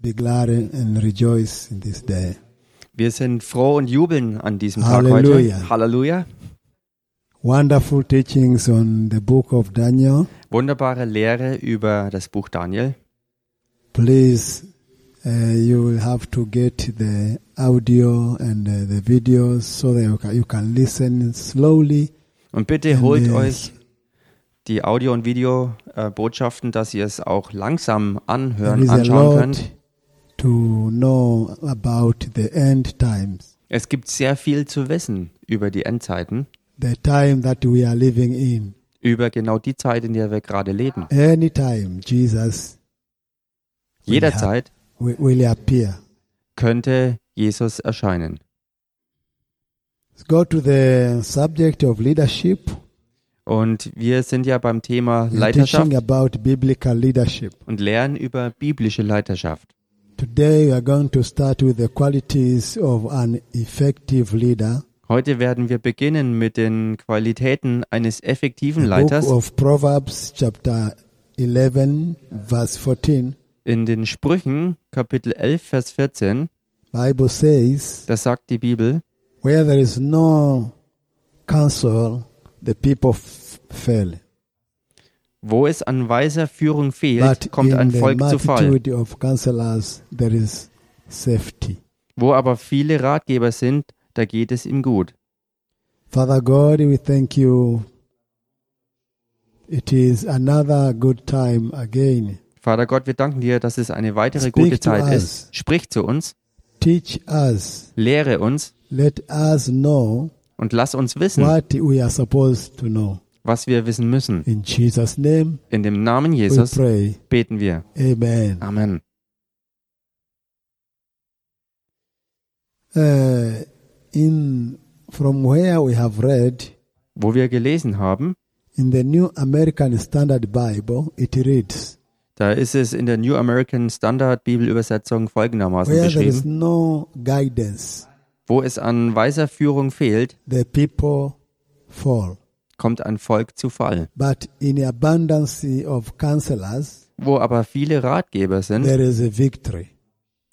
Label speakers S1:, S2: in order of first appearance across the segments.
S1: be glad and rejoice in this day.
S2: Wir sind froh und jubeln an diesem Tag heute.
S1: Halleluja.
S2: Halleluja.
S1: Wonderful teachings on the book of Daniel.
S2: Wunderbare Lehre über das Buch Daniel.
S1: Please, uh, you will have to get the audio and uh, the videos so that you can, you can listen slowly.
S2: Und bitte holt
S1: yes.
S2: euch die Audio- und Video-Botschaften, dass ihr es auch langsam
S1: There
S2: anhören,
S1: is a
S2: anschauen
S1: lot
S2: könnt.
S1: to know about the end times,
S2: Es gibt sehr viel zu wissen über die Endzeiten,
S1: the time that we are living in.
S2: über genau die Zeit, in der wir gerade leben.
S1: Any time Jesus
S2: Jederzeit
S1: wi- will appear.
S2: könnte Jesus erscheinen.
S1: Let's go to the subject of leadership.
S2: Und wir sind ja beim Thema
S1: We're teaching
S2: Leiterschaft
S1: about biblical leadership.
S2: und lernen über biblische Leiterschaft.
S1: Today we are going to start with the qualities of an effective leader.
S2: Heute werden wir beginnen mit den Qualitäten eines effektiven
S1: The book
S2: Leiters.
S1: of Proverbs chapter 11 verse 14.
S2: In den Sprüchen, Kapitel 11, Vers 14,
S1: Bible says,
S2: das sagt die Bibel,
S1: where there is no counsel, the people f- fail.
S2: wo es an weiser Führung fehlt,
S1: But
S2: kommt
S1: in
S2: ein
S1: the
S2: Volk zu Fall.
S1: multitude of counselors there is safety.
S2: Wo aber viele Ratgeber sind, da geht es ihm gut.
S1: Father God, we thank you. It is another good time again.
S2: Vater Gott, wir danken dir, dass es eine weitere
S1: Speak
S2: gute
S1: to
S2: Zeit
S1: us.
S2: ist. Sprich zu uns,
S1: Teach us.
S2: lehre uns
S1: Let us know
S2: und lass uns wissen,
S1: what we are supposed to know.
S2: was wir wissen müssen.
S1: In Jesus' name
S2: In dem Namen
S1: we
S2: Jesus
S1: pray.
S2: beten wir.
S1: Amen.
S2: Amen.
S1: Uh, in from where we have read
S2: Wo wir gelesen haben,
S1: in the New American Standard Bible, it reads
S2: da ist es in der New American Standard Bibelübersetzung folgendermaßen
S1: where there is
S2: beschrieben.
S1: no guidance,
S2: Wo es an weiser Führung fehlt,
S1: the people fall.
S2: kommt ein Volk zu Fall.
S1: But in abundance of counselors,
S2: Wo aber viele Ratgeber sind,
S1: there is a victory.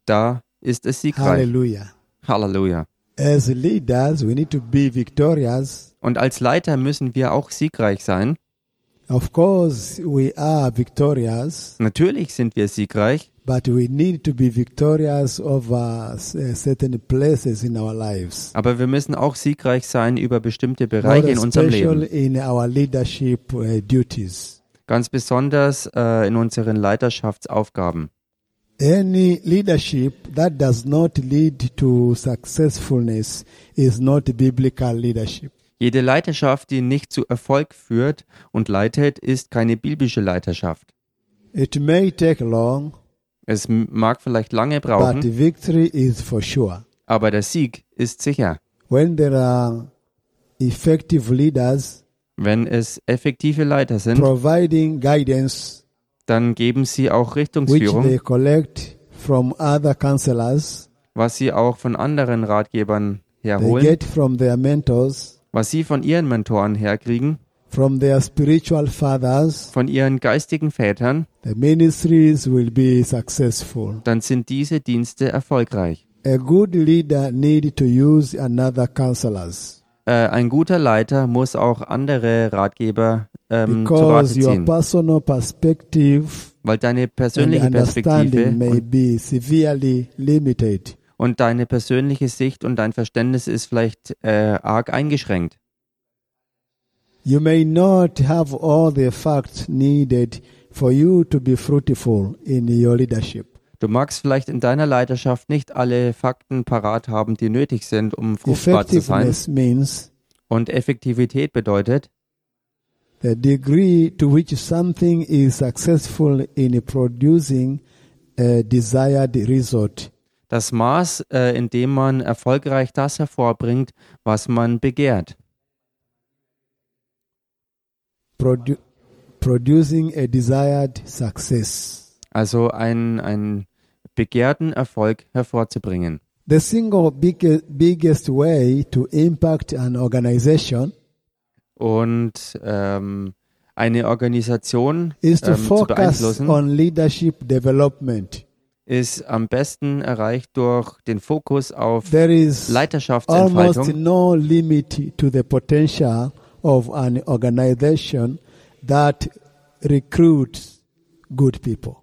S2: da ist es siegreich.
S1: Hallelujah.
S2: Halleluja.
S1: As leaders, we need to be victorious.
S2: Und als Leiter müssen wir auch siegreich sein.
S1: Of course, we are victorious,
S2: Natürlich sind wir siegreich,
S1: but we need to be victorious over s- uh, certain places in our lives.
S2: aber wir müssen auch siegreich sein über bestimmte Bereiche in
S1: More
S2: unserem
S1: special
S2: Leben.
S1: in our leadership uh, duties.
S2: Ganz besonders äh, in unseren Leiterschaftsaufgaben.
S1: Any leadership that does not lead to successfulness is not biblical leadership.
S2: Jede Leiterschaft, die nicht zu Erfolg führt und leitet, ist keine biblische Leiterschaft.
S1: It may take long,
S2: Es m- mag vielleicht lange
S1: but
S2: brauchen,
S1: victory is for sure.
S2: aber der Sieg ist sicher,
S1: when there are effective leaders
S2: wenn es effektive Leiter sind.
S1: providing guidance
S2: dann geben sie auch
S1: which they
S2: Richtungsführung,
S1: collect from other counselors
S2: was sie auch von anderen Ratgebern
S1: they
S2: herholen,
S1: get from their mentors
S2: was sie von ihren Mentoren herkriegen,
S1: from their spiritual fathers
S2: von ihren geistigen Vätern,
S1: the ministries will be successful
S2: dann sind diese Dienste erfolgreich.
S1: a good leader need to use another counselors
S2: Äh, ein guter Leiter muss auch andere Ratgeber ähm, zu Rate
S1: because your
S2: ziehen,
S1: personal perspective
S2: weil deine
S1: and
S2: persönliche Perspektive
S1: understanding may
S2: und,
S1: be severely limited
S2: und deine persönliche Sicht und dein Verständnis ist vielleicht äh, arg eingeschränkt.
S1: You may not have all the facts needed for you to be fruitful in your leadership.
S2: Du magst vielleicht in deiner Leiterschaft nicht alle Fakten parat haben, die nötig sind, um fruchtbar zu sein.
S1: Effectiveness means
S2: Und Effektivität bedeutet,
S1: the degree to which something is successful in producing a desired result.
S2: das Maß, äh, in dem man erfolgreich das hervorbringt, was man begehrt.
S1: Produ- producing a desired success.
S2: Also einen, einen begehrten Erfolg hervorzubringen.
S1: The single big, biggest way to impact an organization
S2: Und ähm, eine Organisation
S1: is to
S2: ähm, zu
S1: focus
S2: beeinflussen,
S1: on leadership development.
S2: ist am besten erreicht durch den Fokus auf
S1: There is almost
S2: Leiterschaftsentfaltung.
S1: no limit to the potential of an organization that recruits good people.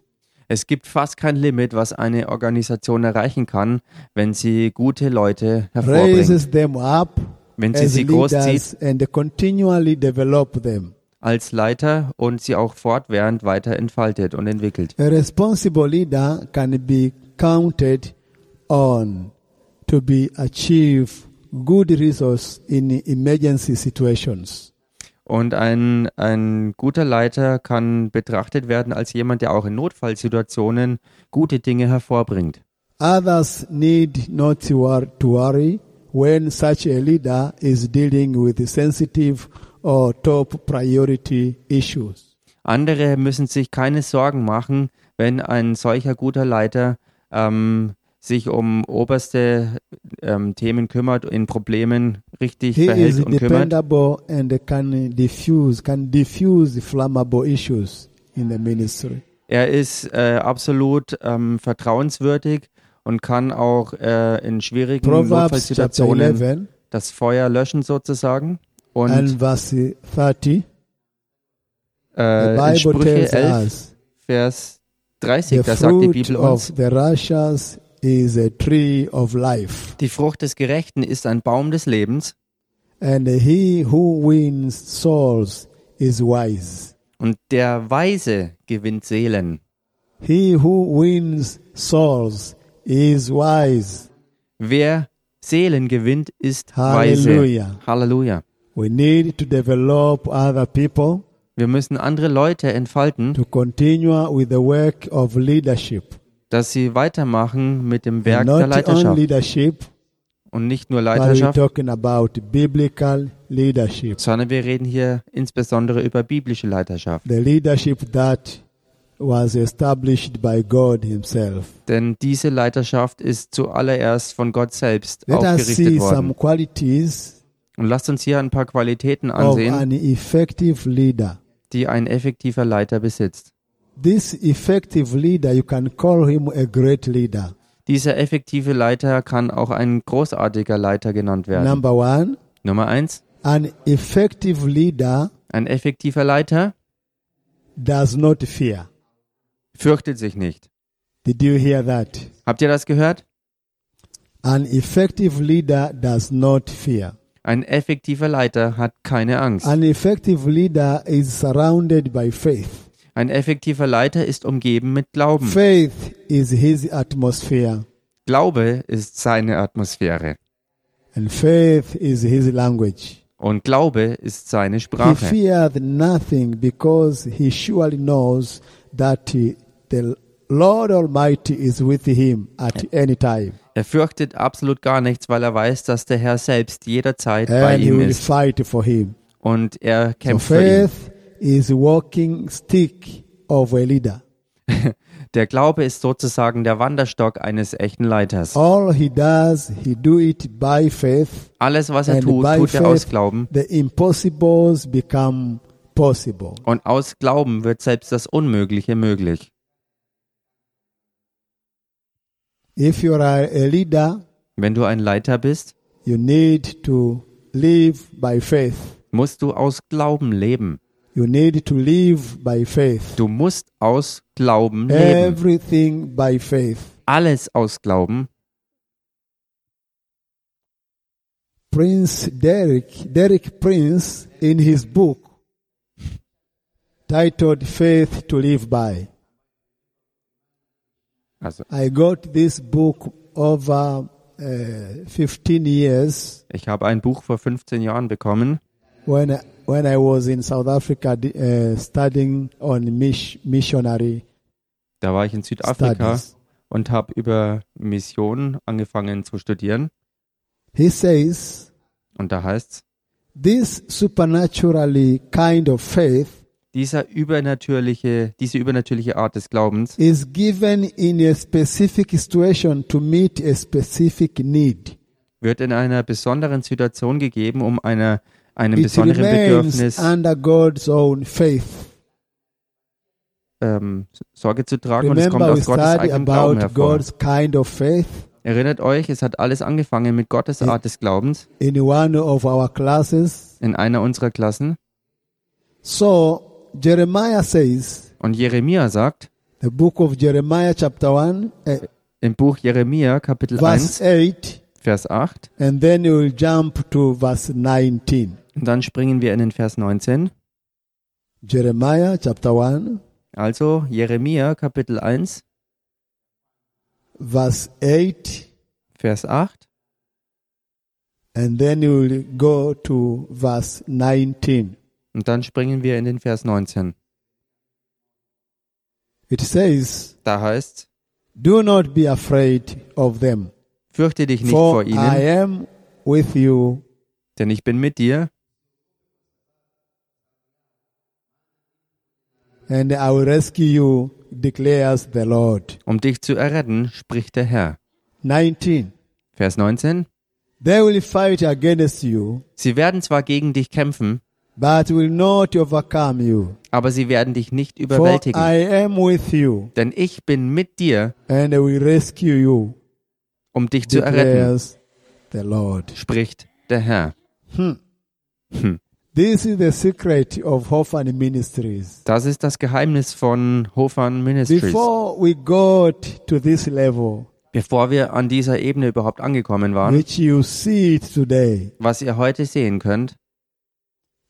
S2: Es gibt fast kein Limit, was eine Organisation erreichen kann, wenn sie gute Leute hervorbringt,
S1: Raises them up
S2: wenn sie
S1: as
S2: sie großzieht
S1: leaders and continually develop them.
S2: als Leiter und sie auch fortwährend weiter entfaltet und entwickelt.
S1: A responsible leader can be counted on to be achieve good results in emergency situations.
S2: Und ein, ein guter Leiter kann betrachtet werden als jemand, der auch in Notfallsituationen gute Dinge hervorbringt.
S1: Others need not to wor- to worry when such a leader is dealing with sensitive or top priority issues.
S2: Andere müssen sich keine Sorgen machen, wenn ein solcher guter Leiter ähm, sich um oberste ähm, Themen kümmert, in Problemen richtig
S1: He is
S2: verhält und kümmert.
S1: dependable and can diffuse can diffuse flammable issues in the ministry.
S2: Er ist äh, absolut ähm, vertrauenswürdig und kann auch äh, in schwierigen
S1: Proverbs chapter
S2: Notfallsituationen
S1: 11
S2: das Feuer löschen sozusagen. Und
S1: and verse 30. The
S2: äh, in
S1: Bible
S2: Sprüche
S1: tells
S2: 11,
S1: us
S2: Vers 30,
S1: the
S2: da sagt die
S1: fruit
S2: Bibel uns,
S1: of the righteous is a tree of life,
S2: die Frucht des Gerechten ist ein Baum des Lebens
S1: and he who wins souls is wise.
S2: und der Weise gewinnt Seelen.
S1: He who wins souls is wise.
S2: Wer Seelen gewinnt, ist
S1: Halleluja.
S2: weise. Halleluja.
S1: We need to develop other people
S2: Wir müssen andere Leute entfalten,
S1: to continue with the work of leadership.
S2: dass sie weitermachen mit dem Werk
S1: And
S2: der
S1: not only
S2: Leiterschaft.
S1: leadership,
S2: Und nicht nur
S1: but we're
S2: Leiterschaft,
S1: talking about biblical leadership.
S2: sondern wir reden hier insbesondere über biblische Leiterschaft.
S1: the leadership that was established by God Himself.
S2: Denn diese Leiterschaft ist zuallererst von Gott selbst
S1: Let us see some
S2: aufgerichtet worden.
S1: qualities
S2: Und lasst uns hier ein paar Qualitäten
S1: of
S2: ansehen,
S1: an effective leader.
S2: die ein effektiver Leiter besitzt.
S1: This effective leader, you can call him a great leader.
S2: Dieser effektive Leiter kann auch ein großartiger Leiter genannt werden.
S1: Number one,
S2: Nummer eins,
S1: an effective leader
S2: ein effektiver Leiter
S1: does not fear.
S2: fürchtet sich nicht.
S1: Did you hear that?
S2: Habt ihr das gehört?
S1: An effective leader does not fear.
S2: Ein effektiver Leiter hat keine Angst.
S1: An effective leader is surrounded by faith.
S2: Ein effektiver Leiter ist umgeben mit Glauben.
S1: Faith is his atmosphere,
S2: Glaube ist seine Atmosphäre
S1: and faith is his language.
S2: und Glaube ist seine
S1: He
S2: Sprache.
S1: feared nothing because he surely knows that he- the Lord Almighty is with him at any time.
S2: Er fürchtet absolut gar nichts, weil er weiß, dass der Herr selbst jederzeit bei
S1: And he
S2: ihm
S1: will
S2: ist
S1: fight for him.
S2: und er
S1: So
S2: kämpft für ihn.
S1: faith is walking stick of a leader.
S2: Der Glaube ist sozusagen der Wanderstock eines echten Leiters.
S1: All he does, he do it by faith.
S2: Alles, was er
S1: And
S2: tut,
S1: by
S2: tut er aus
S1: faith,
S2: Glauben.
S1: the impossibles become possible.
S2: Und aus Glauben wird selbst das Unmögliche möglich.
S1: If you are a leader,
S2: Wenn du ein Leiter bist,
S1: you need to live by faith.
S2: musst du aus Glauben leben.
S1: You need to live by faith.
S2: Du musst aus Glauben leben.
S1: Everything by faith.
S2: Alles aus Glauben.
S1: Prince Derek, Derek Prince, in his book titled Faith to Live By,
S2: Also,
S1: I got this book over uh, 15 years
S2: ich habe ein Buch vor 15 Jahren bekommen,
S1: when I, when I was in South Africa uh, studying on mish, missionary
S2: Da war ich in Südafrika
S1: studies.
S2: und habe über Mission angefangen zu studieren.
S1: He says,
S2: Und da heißt's,
S1: this supernaturally kind of faith
S2: dieser übernatürliche, diese übernatürliche Art des Glaubens
S1: is given in a specific situation to meet a specific need.
S2: wird in einer besonderen Situation gegeben, um einer, einem
S1: It
S2: besonderen
S1: remains
S2: Bedürfnis
S1: under God's own faith.
S2: ähm, Sorge zu tragen und es kommt
S1: Remember, we
S2: aus Gottes
S1: studied
S2: eigenem Glauben
S1: about
S2: hervor.
S1: God's kind of faith
S2: Erinnert euch, es hat alles angefangen mit Gottes Art des Glaubens
S1: in one of our classes.
S2: in einer unserer Klassen.
S1: So, Jeremiah says,
S2: Und Jeremia sagt
S1: the book of Jeremiah, chapter 1, eh,
S2: im Buch Jeremia Kapitel
S1: verse
S2: 1,
S1: 8,
S2: Vers 8,
S1: and then you will jump to verse 19.
S2: und dann springen wir in den Vers 19.
S1: Jeremiah, chapter 1,
S2: Also Jeremia Kapitel 1,
S1: verse 8,
S2: Vers 8
S1: and then you will go to verse 19.
S2: und dann springen wir in den Vers 19.
S1: It says,
S2: Da heißt
S1: Do not be afraid of them,
S2: fürchte dich nicht
S1: for
S2: vor
S1: I
S2: ihnen,
S1: am with you.
S2: denn ich bin mit dir
S1: and I will rescue you, declares the Lord.
S2: um dich zu erretten, spricht der Herr.
S1: 19.
S2: Vers 19.
S1: They will fight against you,
S2: Sie werden zwar gegen dich kämpfen,
S1: but will not overcome you.
S2: aber sie werden dich nicht
S1: For
S2: überwältigen.
S1: I am with you,
S2: denn ich bin mit dir,
S1: and I will rescue you,
S2: um dich zu erretten,
S1: declares the Lord. Hmm.
S2: spricht der Herr.
S1: This is the secret of Hoffman Ministries.
S2: Das ist das Geheimnis von Hofan Ministries.
S1: Before we got to this level,
S2: Bevor wir an dieser Ebene überhaupt angekommen waren,
S1: which you see it today,
S2: was ihr heute sehen könnt,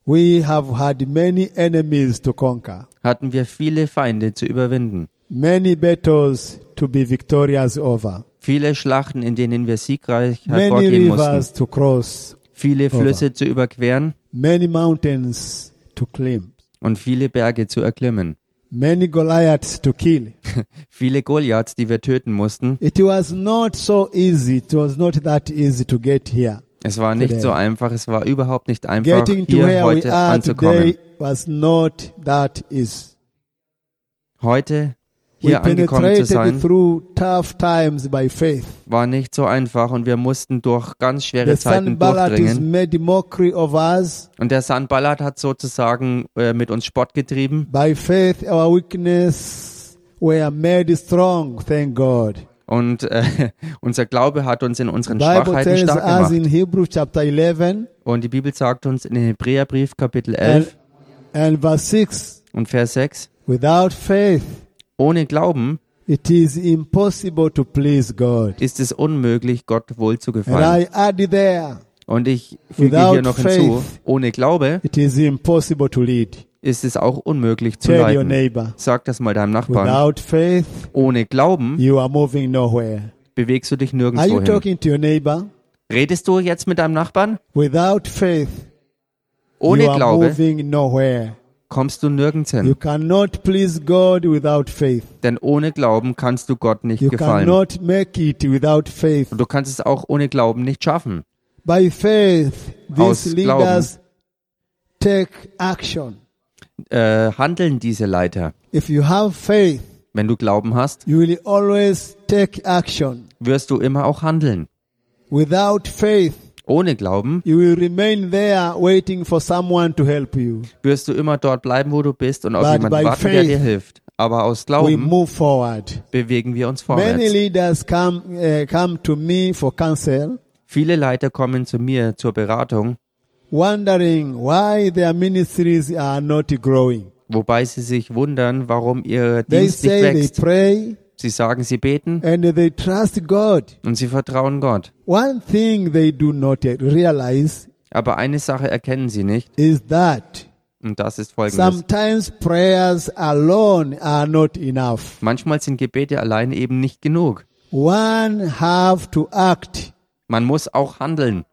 S1: we have had many enemies to conquer,
S2: hatten wir viele Feinde zu überwinden.
S1: many battles to be victorious over.
S2: Viele Schlachten, in denen wir siegreich
S1: many
S2: hervorgehen mussten.
S1: rivers to cross,
S2: Viele Flüsse zu überqueren
S1: many mountains to climb,
S2: und viele Berge zu erklimmen.
S1: many Goliaths to kill.
S2: Viele Goliaths, die wir töten mussten.
S1: It was not so easy. It was not that easy to get here.
S2: Es war nicht so einfach, es war überhaupt nicht einfach,
S1: Getting to
S2: hier
S1: where we
S2: heute
S1: are
S2: anzukommen.
S1: today was not that easy.
S2: Heute
S1: We
S2: hier angekommen zu
S1: penetrated
S2: sein,
S1: through tough times by faith.
S2: war nicht so einfach und wir mussten durch ganz schwere
S1: The
S2: Zeiten
S1: sunballat is
S2: durchdringen.
S1: made mockery of us.
S2: Und der Sandballard hat sozusagen äh, mit uns Spott getrieben
S1: By faith, our weakness were made strong. Thank God.
S2: und äh, unser Glaube hat uns in unseren
S1: Bible
S2: Schwachheiten
S1: tells
S2: stark
S1: us
S2: gemacht.
S1: in Hebrew chapter 11,
S2: Und die Bibel sagt uns in Hebräerbrief Kapitel 11
S1: and, and verse 6
S2: und Vers 6,
S1: without faith
S2: ohne Glauben
S1: it is impossible to please god
S2: ist es unmöglich, Gott
S1: and
S2: wohlzugefallen.
S1: i add there
S2: Und ich füge
S1: Without
S2: hier noch hinzu,
S1: faith.
S2: ohne Glaube
S1: it is impossible to lead
S2: ist es auch unmöglich zu
S1: tell your
S2: leiten.
S1: neighbor
S2: Sag das mal deinem Nachbarn.
S1: without faith
S2: Ohne Glauben
S1: you are moving nowhere
S2: bewegst du dich
S1: are
S2: nirgendwo
S1: you
S2: hin.
S1: talking to your neighbor
S2: Redest du jetzt mit deinem Nachbarn?
S1: without faith
S2: Ohne
S1: you are
S2: Glaube Mm.
S1: moving nowhere
S2: kommst du nirgends hin.
S1: you cannot please god without faith
S2: Denn ohne Glauben kannst du Gott nicht
S1: you
S2: gefallen.
S1: cannot make it without faith
S2: Und du kannst es auch ohne Glauben nicht schaffen.
S1: by faith
S2: Aus
S1: these
S2: Glauben.
S1: leaders take action
S2: Äh, handeln diese Leiter.
S1: If you have faith,
S2: Wenn du Glauben hast,
S1: you will always take action.
S2: wirst du immer auch handeln.
S1: Without faith,
S2: Ohne Glauben
S1: you will remain there waiting for someone to help you.
S2: wirst du immer dort bleiben, wo du bist und auf
S1: But
S2: jemanden
S1: by
S2: warten, der
S1: faith
S2: dir hilft. Aber aus
S1: We
S2: Glauben
S1: move forward.
S2: bewegen wir uns
S1: Many
S2: vorwärts.
S1: leaders come uh, come to me for counsel,
S2: Viele Leiter kommen zu mir zur Beratung,
S1: wondering why their ministries are not growing.
S2: wobei sie sich wundern, warum ihr
S1: They
S2: Dienst nicht
S1: say they
S2: wächst.
S1: pray
S2: Sie sagen, sie beten
S1: and they trust God.
S2: und sie vertrauen Gott.
S1: One thing they do not yet realize
S2: Aber eine Sache erkennen sie nicht
S1: is that
S2: und das ist folgendes.
S1: sometimes prayers alone are not enough.
S2: Manchmal sind Gebete allein eben nicht genug.
S1: one have to act
S2: Man muss auch handeln,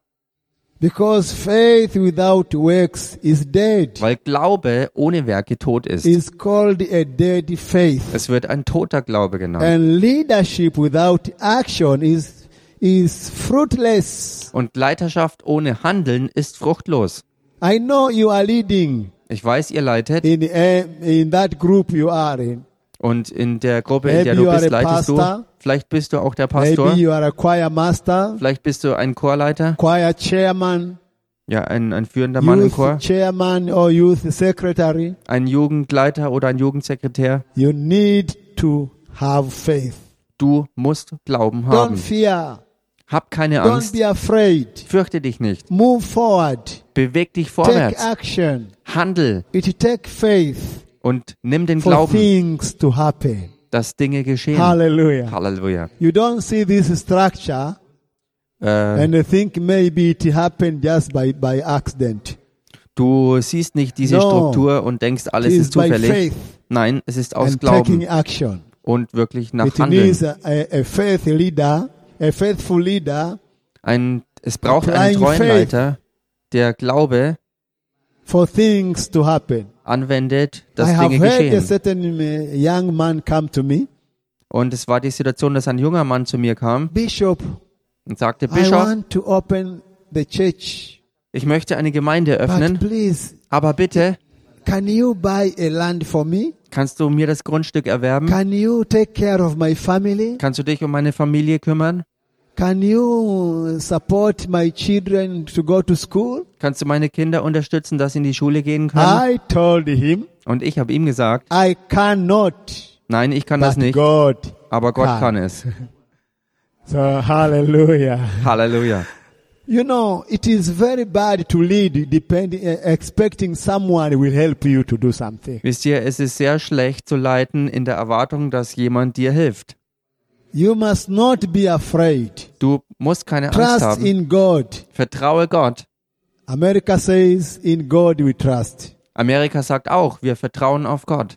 S1: because faith without works is dead
S2: weil Glaube ohne Werke tot ist.
S1: is called a dead faith
S2: Es wird ein toter Glaube genannt.
S1: and leadership without action is is fruitless
S2: Und Leiterschaft ohne Handeln ist fruchtlos.
S1: i know you are leading
S2: Ich weiß, ihr leitet
S1: in a, in that group you are in
S2: und in der Gruppe, in der
S1: Maybe
S2: du
S1: you
S2: bist,
S1: are a
S2: leitest du.
S1: pastor.
S2: Vielleicht bist du auch der
S1: maybe
S2: Pastor.
S1: you are a choir master
S2: Vielleicht bist du ein Chorleiter,
S1: choir chairman
S2: Ja, ein, ein führender Mann im Chor,
S1: youth chairman or youth secretary,
S2: ein Jugendleiter oder ein Jugendsekretär.
S1: you need to have faith.
S2: Du musst Glauben
S1: Don't
S2: haben.
S1: fear.
S2: Hab keine
S1: Don't
S2: Angst.
S1: be afraid.
S2: Fürchte dich nicht.
S1: Move forward.
S2: Beweg dich
S1: Take
S2: vorwärts.
S1: action.
S2: Handel
S1: It takes faith
S2: und nimm den
S1: for
S2: Glauben,
S1: things to happen.
S2: dass Dinge geschehen.
S1: Hallelujah.
S2: Halleluja.
S1: You don't see this structure
S2: Äh,
S1: and think maybe it happened just by, by accident.
S2: du siehst nicht diese
S1: No.
S2: Struktur und denkst, alles
S1: It
S2: ist
S1: is by
S2: zufällig.
S1: faith
S2: Nein, es ist aus
S1: and
S2: Glauben
S1: taking action.
S2: und wirklich nach
S1: It
S2: Handeln.
S1: needs a, a faith leader, a faithful leader
S2: Ein, es braucht einen
S1: Applying
S2: treuen
S1: faith.
S2: Leiter, der Glaube
S1: for things to happen.
S2: anwendet,
S1: I
S2: dass
S1: have
S2: Dinge
S1: heard a
S2: geschehen.
S1: certain uh, young man come to me,
S2: Und es war die Situation, dass ein junger Mann zu mir kam
S1: Bishop,
S2: und sagte,
S1: I
S2: Bischof,
S1: want to open the church,
S2: ich möchte eine Gemeinde
S1: but
S2: öffnen,
S1: please,
S2: aber bitte,
S1: can you buy a land for me?
S2: kannst du mir das Grundstück erwerben?
S1: Can you take care of my family?
S2: Kannst du dich um meine Familie kümmern?
S1: Can you support my children to go to school?
S2: Kannst du meine Kinder unterstützen, dass sie in die Schule gehen können?
S1: I told him,
S2: Und ich habe ihm gesagt,
S1: I cannot,
S2: nein, ich kann das
S1: but
S2: nicht,
S1: God.
S2: aber Gott
S1: kann.
S2: kann es.
S1: So, hallelujah.
S2: Halleluja.
S1: You know, it is very bad to lead depending, eh, expecting someone will help you to do something.
S2: Wisst ihr, es ist sehr schlecht zu leiten in der Erwartung, dass jemand dir hilft.
S1: You must not be afraid.
S2: Du musst keine Angst
S1: Trust
S2: haben.
S1: in God.
S2: Vertraue Gott.
S1: America says, in God we trust.
S2: Amerika sagt auch, wir vertrauen auf Gott.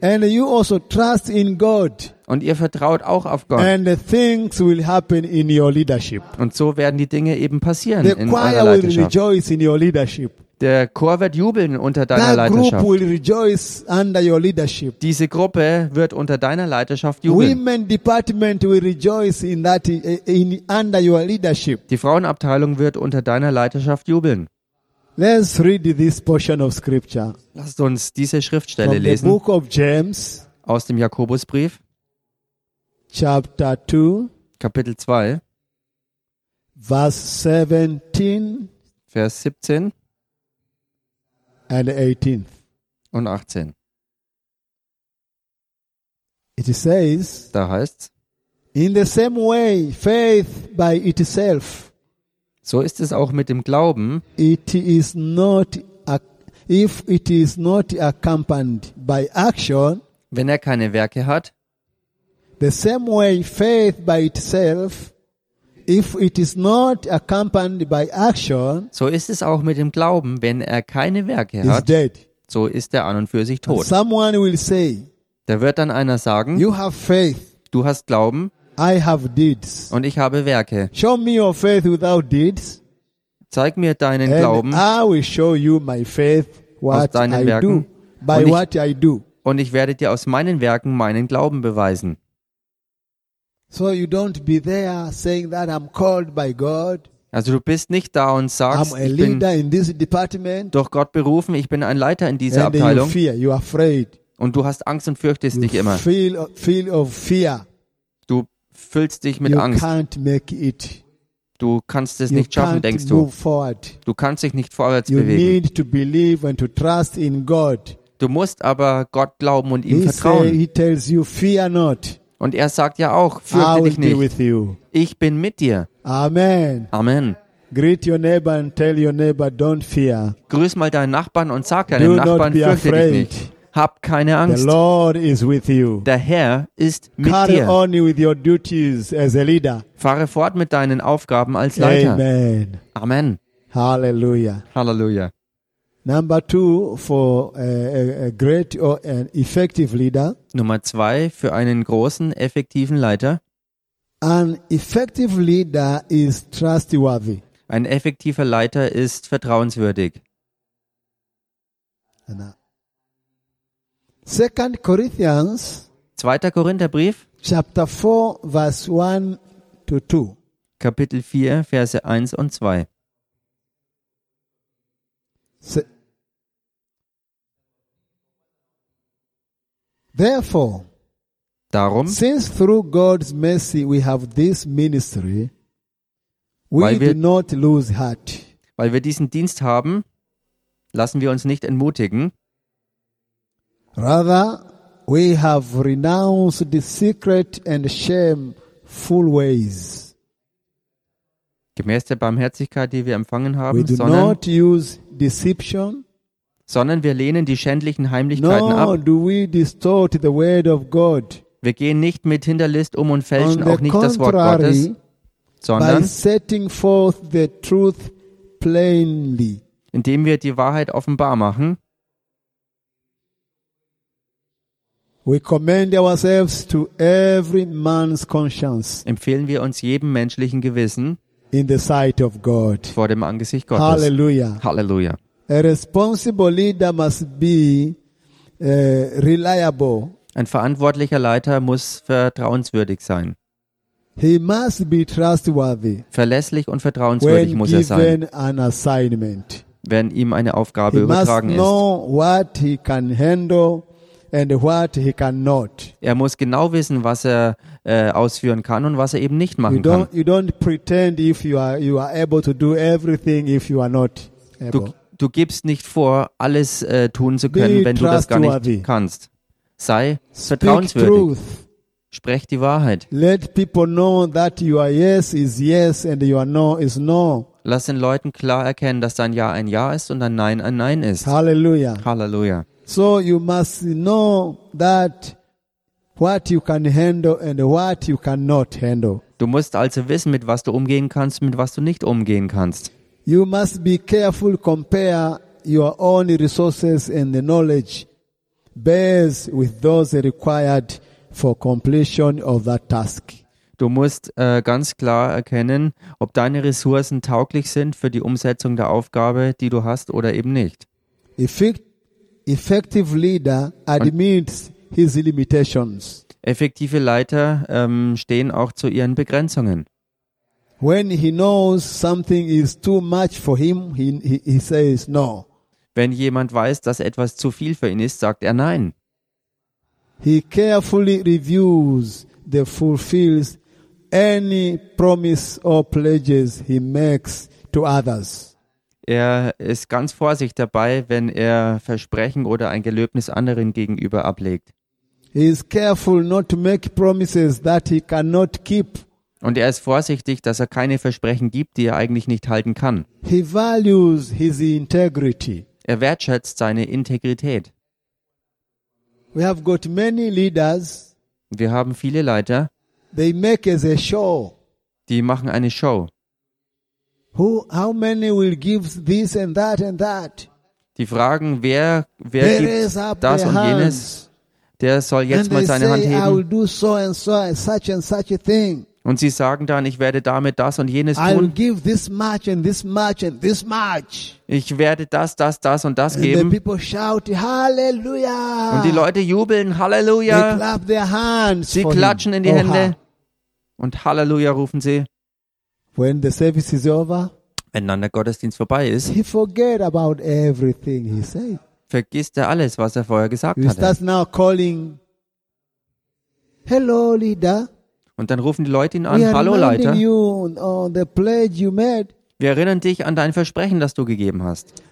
S1: And you also trust in God.
S2: Und ihr vertraut auch auf Gott.
S1: And the things will happen in your leadership.
S2: Und so werden die Dinge eben passieren
S1: The
S2: in eurer
S1: choir will
S2: Leiterschaft.
S1: rejoice in your leadership.
S2: Der Chor wird jubeln unter deiner
S1: That group
S2: Leiterschaft.
S1: will rejoice under your leadership.
S2: Diese Gruppe wird unter deiner Leiterschaft jubeln.
S1: Women department will rejoice in that eh, in under your leadership.
S2: Die Frauenabteilung wird unter deiner Leiterschaft jubeln.
S1: Let's read this portion of scripture
S2: Lasst uns diese Schriftstelle
S1: from the
S2: lesen
S1: book of James,
S2: aus dem Jakobusbrief,
S1: chapter 2,
S2: Kapitel 2,
S1: verse 17
S2: Vers 17
S1: and 18.
S2: und 18.
S1: It says,
S2: Da heißt's,
S1: In the same way, faith by itself,
S2: so ist es auch mit dem Glauben,
S1: it is not, ac- if it is not accompanied by action,
S2: wenn er keine Werke hat,
S1: the same way faith by itself, if it is not accompanied by action,
S2: so ist es auch mit dem Glauben, wenn er keine Werke
S1: is
S2: hat,
S1: dead.
S2: so ist er an und für sich tot.
S1: Someone will say,
S2: Da wird dann einer sagen,
S1: You have faith,
S2: du hast Glauben
S1: I have deeds.
S2: und ich habe Werke.
S1: Show me your faith without deeds,
S2: Zeig mir deinen
S1: and
S2: Glauben
S1: I will show you my faith, what
S2: deinen
S1: I
S2: Werken.
S1: do, by
S2: Und ich-
S1: what I do.
S2: und ich werde dir aus meinen Werken meinen Glauben beweisen.
S1: So you don't be there saying that I'm called by God,
S2: Also du bist nicht da und
S1: I'm
S2: sagst,
S1: a
S2: ich bin
S1: leader in this department,
S2: durch Gott berufen, ich bin ein Leiter in dieser
S1: and you
S2: Abteilung
S1: fear, you're afraid,
S2: und du hast Angst und fürchtest dich immer.
S1: feel, feel of fear.
S2: Du füllst dich mit
S1: you
S2: Angst.
S1: can't make it.
S2: Du kannst es
S1: you
S2: nicht schaffen,
S1: can't
S2: denkst du.
S1: move forward.
S2: Du kannst dich nicht vorwärts
S1: You
S2: bewegen.
S1: need to believe and to trust in God.
S2: Du musst aber Gott glauben und ihm
S1: He, say,
S2: vertrauen.
S1: he tells you, fear not.
S2: Und er sagt ja auch,
S1: I
S2: fürchte
S1: will
S2: dich
S1: be
S2: nicht.
S1: with you.
S2: Ich bin mit dir.
S1: Amen.
S2: Amen.
S1: Greet your neighbor and tell your neighbor, don't fear.
S2: Grüß mal deinen Nachbarn und sag deinem
S1: Do not
S2: Nachbarn,
S1: be
S2: fürchte
S1: afraid.
S2: dich nicht. Hab keine
S1: The
S2: Angst.
S1: Lord is with you.
S2: Der Herr ist mit
S1: Carry
S2: dir.
S1: on with your duties as a leader.
S2: Fahre fort mit deinen Aufgaben als Leiter.
S1: Amen.
S2: Amen.
S1: Hallelujah.
S2: Halleluja.
S1: Number two, for a, a, a great or an effective leader,
S2: Nummer zwei, für einen großen, effektiven Leiter.
S1: an effective leader is trustworthy.
S2: Ein effektiver Leiter ist vertrauenswürdig.
S1: And, uh, Second Corinthians
S2: Zweiter Korintherbrief,
S1: chapter four, verse one to two.
S2: Kapitel 4, Verse 1 und 2.
S1: Se- Therefore,
S2: Darum,
S1: Since through God's mercy we have this ministry, we
S2: Weil wir-
S1: do not lose heart.
S2: Weil wir diesen Dienst haben, lassen wir uns nicht entmutigen.
S1: Rather, we have renounced the secret and shameful ways.
S2: Gemäß der Barmherzigkeit, die wir empfangen
S1: We
S2: haben,
S1: do
S2: sondern,
S1: not use deception,
S2: sondern wir lehnen die schändlichen Heimlichkeiten
S1: nor
S2: ab.
S1: do we distort the word of God.
S2: Wir gehen nicht mit Hinterlist um und
S1: On
S2: fälschen
S1: the
S2: auch nicht das Wort Gottes,
S1: contrary, by
S2: sondern
S1: setting forth the truth plainly.
S2: indem wir die Wahrheit offenbar machen.
S1: We commend ourselves to every man's conscience
S2: Empfehlen wir uns jedem menschlichen Gewissen
S1: in the sight of God.
S2: vor dem Angesicht Gottes.
S1: Hallelujah.
S2: Halleluja.
S1: A responsible leader must be uh, reliable.
S2: Ein verantwortlicher Leiter muss vertrauenswürdig sein.
S1: He must be trustworthy
S2: Verlässlich und vertrauenswürdig
S1: when
S2: muss er sein,
S1: given an assignment.
S2: wenn ihm eine Aufgabe
S1: He must
S2: übertragen ist.
S1: know what he can handle and what he cannot.
S2: Er muss genau wissen, was er äh, ausführen kann und was er eben nicht
S1: You
S2: machen kann.
S1: don't you don't pretend if you are you are able to do everything if you are not
S2: Du,
S1: able.
S2: du gibst nicht vor, alles äh, tun zu können,
S1: Be
S2: wenn du das gar
S1: trustworthy.
S2: nicht kannst. Sei
S1: Speak
S2: vertrauenswürdig.
S1: truth.
S2: Sprech die Wahrheit.
S1: Let people know that your yes is yes and your no is no.
S2: Lass den Leuten klar erkennen, dass dein Ja ein Ja ist und ein Nein ein Nein ist.
S1: Hallelujah.
S2: Halleluja.
S1: So you must know that what you can handle and what you cannot handle.
S2: Du musst also wissen, mit was du umgehen kannst, mit was du nicht umgehen kannst.
S1: You must be careful compare your own resources and the knowledge based with those required for completion of that task.
S2: Du musst äh, ganz klar erkennen, ob deine Ressourcen tauglich sind für die Umsetzung der Aufgabe, die du hast oder eben nicht.
S1: Effect- effective leader admits his limitations.
S2: Effektive Leiter ähm, stehen auch zu ihren Begrenzungen.
S1: When he knows something is too much for him, he, he, he says no.
S2: Wenn jemand weiß, dass etwas zu viel für ihn ist, sagt er Nein.
S1: He carefully reviews the fulfills any promise or pledges he makes to others.
S2: Er ist ganz vorsichtig dabei, wenn er Versprechen oder ein Gelöbnis anderen gegenüber ablegt.
S1: He is careful not to make promises that he cannot keep.
S2: Und er ist vorsichtig, dass er keine Versprechen gibt, die er eigentlich nicht halten kann.
S1: He values his integrity.
S2: Er wertschätzt seine Integrität.
S1: We have got many leaders,
S2: Wir haben viele Leiter,
S1: they make as a show.
S2: die machen eine Show.
S1: Who, how many will give this and that and that?
S2: Die fragen, wer, wer
S1: They raise up
S2: gibt das
S1: their
S2: und jenes,
S1: hands.
S2: der soll jetzt
S1: and
S2: mal
S1: they
S2: seine Hand
S1: say, I will
S2: heben.
S1: do so and so and such and such a thing.
S2: Und sie sagen dann, ich werde damit das und jenes
S1: I will
S2: tun.
S1: give this much and this much and this much.
S2: Ich werde das, das, das und das
S1: And the
S2: geben.
S1: people shout, Hallelujah.
S2: Und die Leute jubeln,
S1: they
S2: Halleluja.
S1: clap their hands.
S2: Sie
S1: for him
S2: klatschen in die
S1: or
S2: Hände
S1: her.
S2: und Halleluja rufen sie.
S1: When the service is over,
S2: Wenn dann der Gottesdienst vorbei ist,
S1: he forget about everything he said.
S2: vergisst er alles, was er vorher gesagt
S1: He
S2: hatte.
S1: starts now calling, Hello, leader.
S2: Und dann rufen die Leute ihn
S1: we
S2: an,
S1: are
S2: hallo
S1: reminding
S2: Leiter,
S1: you on, on the pledge you made.
S2: wir erinnern dich an dein Versprechen, das du gegeben hast.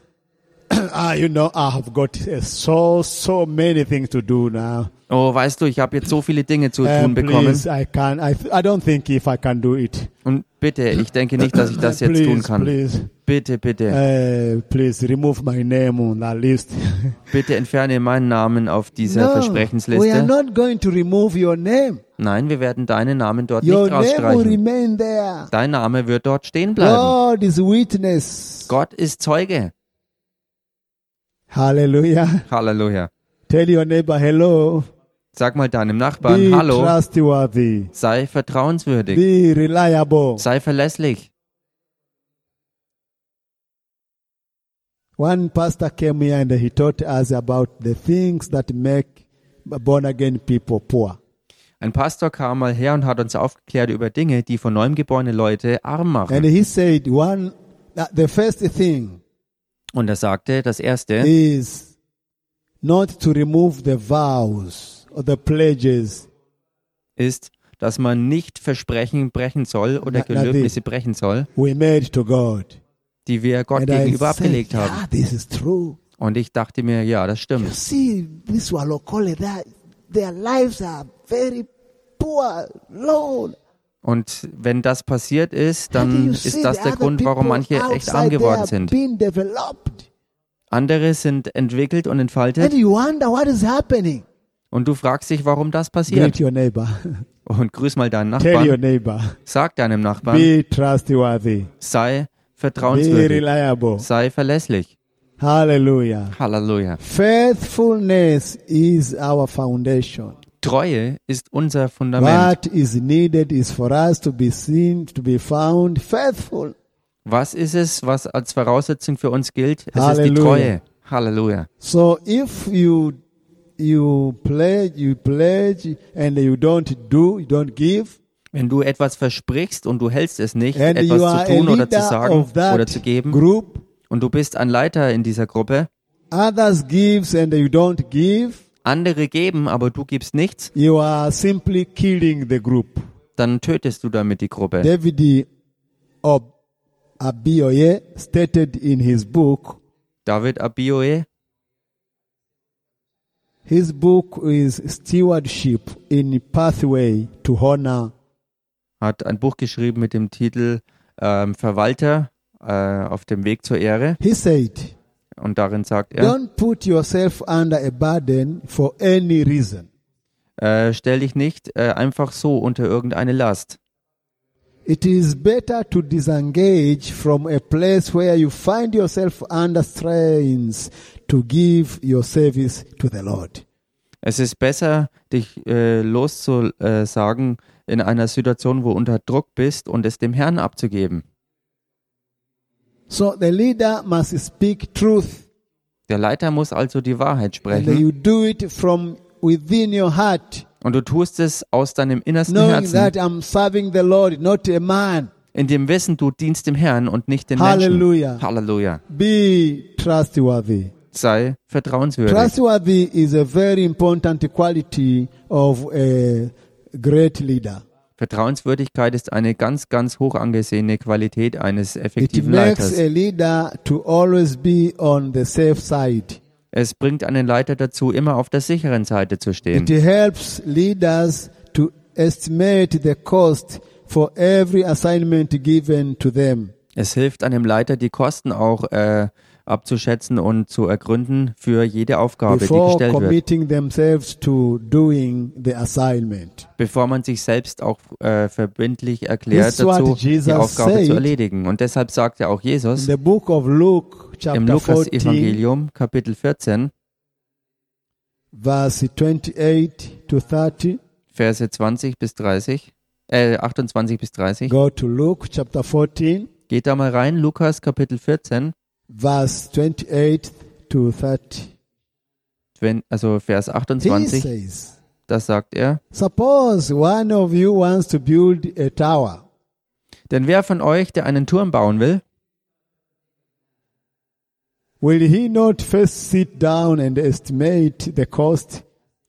S1: ah, you know, I have got uh, so, so many things to do now.
S2: Oh, weißt du, ich habe jetzt so viele Dinge zu
S1: Uh,
S2: tun bekommen.
S1: please, I can. I, th- I don't think if I can do it.
S2: Und bitte, ich denke nicht, dass ich das jetzt
S1: Äh, please,
S2: tun kann.
S1: Please,
S2: Bitte, bitte,
S1: uh, please remove my name on that list.
S2: bitte entferne meinen Namen auf dieser
S1: we are
S2: Versprehensliste.
S1: not going to remove your name.
S2: Nein, wir werden deinen Namen dort
S1: Your
S2: nicht
S1: name will
S2: rausstreichen.
S1: remain there.
S2: Dein Name wird dort stehen bleiben.
S1: God is witness.
S2: Gott ist Zeuge.
S1: Hallelujah.
S2: Halleluja.
S1: Tell your neighbor hello.
S2: Sag mal deinem Nachbarn
S1: Be
S2: Hallo,
S1: trustworthy.
S2: sei vertrauenswürdig,
S1: Be reliable.
S2: sei verlässlich.
S1: One pastor came here and he taught us about the things that make born again people poor.
S2: Ein Pastor kam mal her und hat uns aufgeklärt über Dinge, die von neuem geborene Leute arm
S1: And
S2: machen.
S1: he said one that the first thing
S2: Und er sagte, das Erste,
S1: is not to remove the vows or the pledges
S2: ist, dass man nicht Versprechen brechen soll oder
S1: Na- na, wie?
S2: Gelöbnisse brechen soll,
S1: we made to God.
S2: die wir Gott
S1: And I
S2: gegenüber
S1: said,
S2: abgelegt haben.
S1: yeah, this is true.
S2: Und ich dachte mir, ja, das
S1: You
S2: stimmt.
S1: see, this Walokole, their, their lives are very poor, low.
S2: Und wenn das passiert ist,
S1: And
S2: dann
S1: you see
S2: ist das
S1: the
S2: der
S1: other
S2: Grund, warum
S1: people
S2: manche echt
S1: outside,
S2: arm
S1: they
S2: geworden
S1: are
S2: sind.
S1: Being developed.
S2: Andere sind entwickelt und
S1: And
S2: entfaltet
S1: you wonder what is happening.
S2: und du fragst dich, warum das
S1: Greet
S2: passiert.
S1: your neighbor.
S2: Und grüß mal deinen
S1: Tell your
S2: Nachbarn,
S1: neighbor.
S2: sag deinem Nachbarn,
S1: Be trustworthy.
S2: sei
S1: Be
S2: vertrauenswürdig,
S1: reliable.
S2: sei verlässlich.
S1: Hallelujah.
S2: Halleluja.
S1: Faithfulness is our foundation.
S2: Treue ist unser Fundament.
S1: What is needed is for us to be seen, to be found faithful.
S2: Was ist es, was als Voraussetzung für uns gilt? Es ist die
S1: Halleluja.
S2: Treue. Halleluja.
S1: So if you you pledge, you pledge, and you don't do, you don't give,
S2: Wenn du etwas versprichst und du hältst es nicht,
S1: and you are
S2: etwas zu
S1: a
S2: tun oder zu
S1: leader
S2: sagen
S1: of
S2: oder zu
S1: that
S2: geben,
S1: group,
S2: und du bist ein Leiter in dieser Gruppe,
S1: others gives and you don't give,
S2: andere geben, aber du gibst nichts,
S1: you are simply killing the group.
S2: dann tötest du damit die Gruppe.
S1: David Ob- Abioye stated in his book
S2: David Abioe,
S1: His book is Stewardship in Pathway to Honor.
S2: hat ein Buch geschrieben mit dem Titel ähm, Verwalter äh, auf dem Weg zur Ehre.
S1: He said,
S2: Und darin sagt er,
S1: Don't put yourself under a burden for any reason.
S2: äh, stell dich nicht äh, einfach so unter irgendeine Last.
S1: It is better to disengage from a place where you find yourself under strains to give your service to the Lord.
S2: Es ist besser, dich äh, loszusagen in einer Situation, wo du unter Druck bist und es dem Herrn abzugeben.
S1: So the leader must speak truth,
S2: Der Leiter muss also die Wahrheit
S1: and
S2: sprechen
S1: you do it from within your heart,
S2: und du tust es aus deinem innersten
S1: knowing
S2: Herzen,
S1: that I'm serving the Lord, not a man.
S2: in dem Wissen, du dienst dem Herrn und nicht den
S1: Halleluja.
S2: Menschen. Halleluja.
S1: Be trustworthy.
S2: Sei vertrauenswürdig.
S1: Trustworthy is a very important quality of a great leader.
S2: Vertrauenswürdigkeit ist eine ganz, ganz hoch angesehene Qualität eines
S1: It
S2: effektiven
S1: makes
S2: Leiters.
S1: a leader to always be on the safe side.
S2: Es bringt einen Leiter dazu, immer auf der sicheren Seite zu
S1: It
S2: stehen.
S1: helps leaders to estimate the cost for every assignment given to them.
S2: Es hilft einem Leiter, die Kosten auch äh, abzuschätzen und zu ergründen für jede Aufgabe, die
S1: Before
S2: gestellt wird,
S1: committing themselves to doing the assignment,
S2: bevor man sich selbst auch äh, verbindlich
S1: This
S2: erklärt
S1: is what
S2: dazu,
S1: Jesus
S2: die Aufgabe zu
S1: said.
S2: erledigen. Und deshalb sagt ja auch
S1: in
S2: Jesus
S1: the book of Luke,
S2: im
S1: chapter 14,
S2: Lukas-Evangelium, Kapitel 14,
S1: verse 28 to 30,
S2: Verse 20 bis 30, äh, 28 bis 30.
S1: go to Luke chapter 14,
S2: Geht da mal rein, Lukas Kapitel 14,
S1: verse 28 to 30.
S2: wenn, also Vers
S1: He
S2: 28,
S1: says,
S2: das sagt er.
S1: Suppose one of you wants to build a tower.
S2: Denn wer von euch, der einen Turm bauen will,
S1: Will he not first sit down and estimate the cost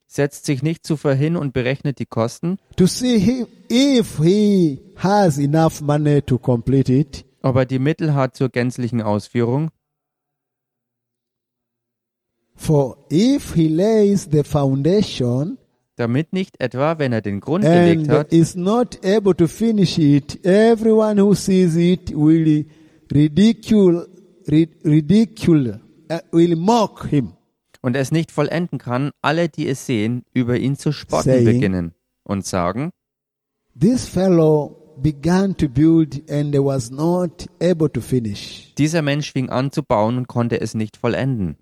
S2: setzt sich nicht zuvor hin und berechnet die Kosten,
S1: to see he, if he has enough money to complete it?
S2: ob er die Mittel hat zur gänzlichen Ausführung.
S1: For if he lays the foundation
S2: Damit nicht etwa, wenn er den Grund gelegt
S1: and
S2: hat
S1: is not able to finish it, everyone who sees it will ridicule, ri- ridicule, uh, will mock him.
S2: und es nicht vollenden kann, alle, die es sehen, über ihn zu spotten
S1: Saying.
S2: beginnen und sagen,
S1: This fellow began to build and was not able to finish.
S2: dieser Mensch fing an zu bauen und konnte es nicht vollenden.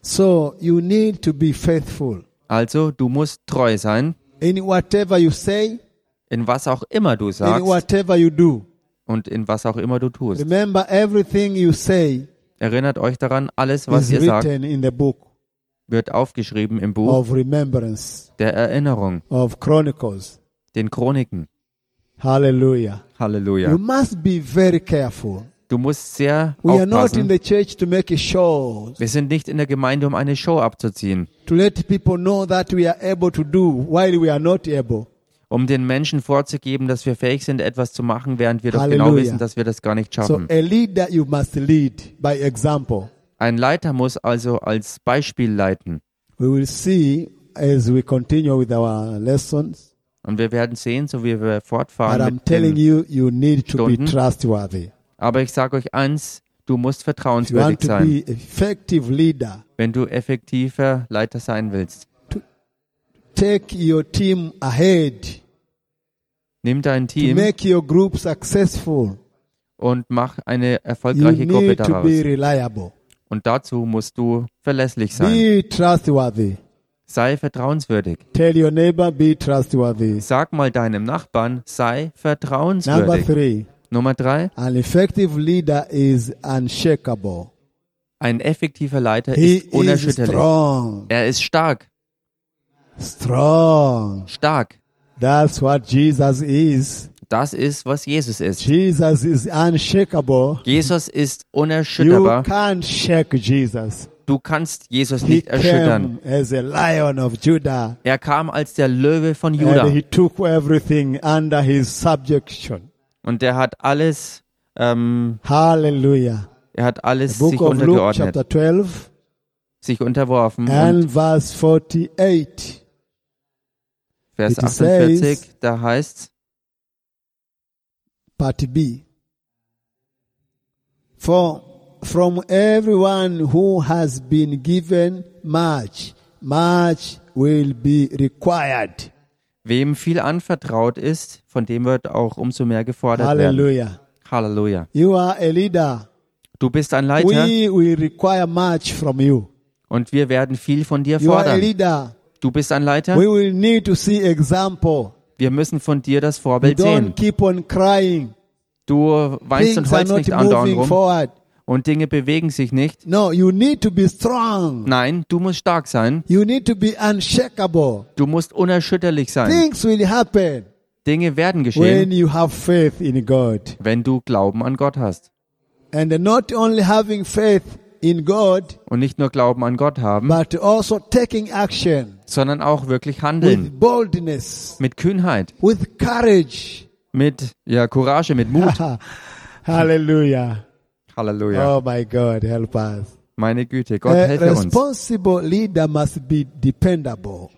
S1: So you need to be faithful
S2: Also, du musst treu sein,
S1: in whatever you say,
S2: in was auch immer du
S1: in
S2: sagst
S1: whatever you do.
S2: und in was auch immer du tust.
S1: Remember, everything you say
S2: Erinnert euch daran, alles, was
S1: is
S2: ihr sagt,
S1: written in the book
S2: wird aufgeschrieben im Buch
S1: of remembrance
S2: der Erinnerung,
S1: of Chronicles.
S2: den Chroniken.
S1: Hallelujah. You
S2: Halleluja.
S1: must be very careful.
S2: Du musst sehr
S1: We are not in
S2: aufpassen.
S1: the church to make a show,
S2: Wir sind nicht in der Gemeinde, um eine Show abzuziehen
S1: to let people know that we are able to do while we are not able.
S2: um den Menschen vorzugeben, dass wir fähig sind, etwas zu machen, während wir doch genau
S1: Halleluja.
S2: wissen, dass wir das gar nicht
S1: So äh,
S2: schaffen.
S1: a leader you must lead by example.
S2: Ein Leiter muss also als Beispiel leiten.
S1: We will see as we continue with our lessons.
S2: Und wir werden sehen, so wie wir fortfahren.
S1: But I'm
S2: Mit dem,
S1: telling you, you need to be
S2: Stunden.
S1: trustworthy.
S2: Aber ich sage euch eins, du
S1: If you
S2: musst
S1: want
S2: vertrauenswürdig
S1: to
S2: sein,
S1: be effective leader,
S2: wenn du effektiver Leiter sein willst.
S1: take your team ahead
S2: Nimm dein
S1: to
S2: Team
S1: make your group successful.
S2: und mach eine
S1: You
S2: erfolgreiche Gruppe
S1: need to be
S2: daraus.
S1: reliable.
S2: Und dazu musst du verlässlich sein.
S1: Be trustworthy.
S2: Sei vertrauenswürdig.
S1: Tell your neighbor, be trustworthy.
S2: Sag mal deinem Nachbarn, sei
S1: Number
S2: vertrauenswürdig.
S1: three,
S2: Nummer drei,
S1: an effective leader is unshakable.
S2: ein effektiver Leiter
S1: He
S2: ist
S1: is
S2: unerschütterlich.
S1: strong.
S2: Er ist stark,
S1: Strong.
S2: stark.
S1: That's what Jesus is.
S2: Das ist, was Jesus ist.
S1: Jesus is unshakable.
S2: Jesus ist
S1: You
S2: unerschütterbar.
S1: can't shake Jesus.
S2: Du kannst Jesus
S1: He
S2: nicht erschüttern.
S1: came as a lion of Judah
S2: Er kam als der Löwe von
S1: and
S2: Juda
S1: he took everything under his subjection.
S2: und der hat alles, ähm,
S1: Hallelujah.
S2: er hat alles sich
S1: Book of Luke chapter
S2: untergeordnet,
S1: 12
S2: sich unterworfen. Und
S1: and verse 48.
S2: Vers
S1: it says-
S2: 48, da heißt
S1: Part B. For from everyone who has been given much, much will be required.
S2: wem viel anvertraut ist, von dem wird auch umso mehr gefordert werden.
S1: Hallelujah.
S2: Halleluja.
S1: You are a leader.
S2: Du bist ein Leiter
S1: We will require much from you.
S2: und wir werden viel von dir
S1: You are a
S2: fordern.
S1: leader.
S2: Du bist ein Leiter,
S1: We will need to see example.
S2: wir müssen von dir das
S1: You
S2: Vorbild
S1: don't
S2: sehen.
S1: keep on crying.
S2: Du weinst und
S1: Things are
S2: heulst
S1: not
S2: nicht andauernd
S1: moving
S2: rum
S1: forward.
S2: und Dinge bewegen sich nicht.
S1: No, you need to be strong.
S2: Nein, du musst stark sein,
S1: You need to be unshakable.
S2: du musst unerschütterlich sein.
S1: Things will happen.
S2: Dinge werden geschehen,
S1: when you have faith in God.
S2: wenn du Glauben an Gott hast.
S1: And not only having faith in God,
S2: Und nicht nur Glauben an Gott haben,
S1: but also taking action
S2: sondern auch wirklich handeln.
S1: with boldness,
S2: Mit Kühnheit,
S1: with courage.
S2: mit ja, Courage, mit Mut.
S1: Hallelujah.
S2: Halleluja.
S1: Oh my God, help us.
S2: Meine Güte, Gott
S1: A
S2: helfe uns.
S1: responsible leader must be dependable.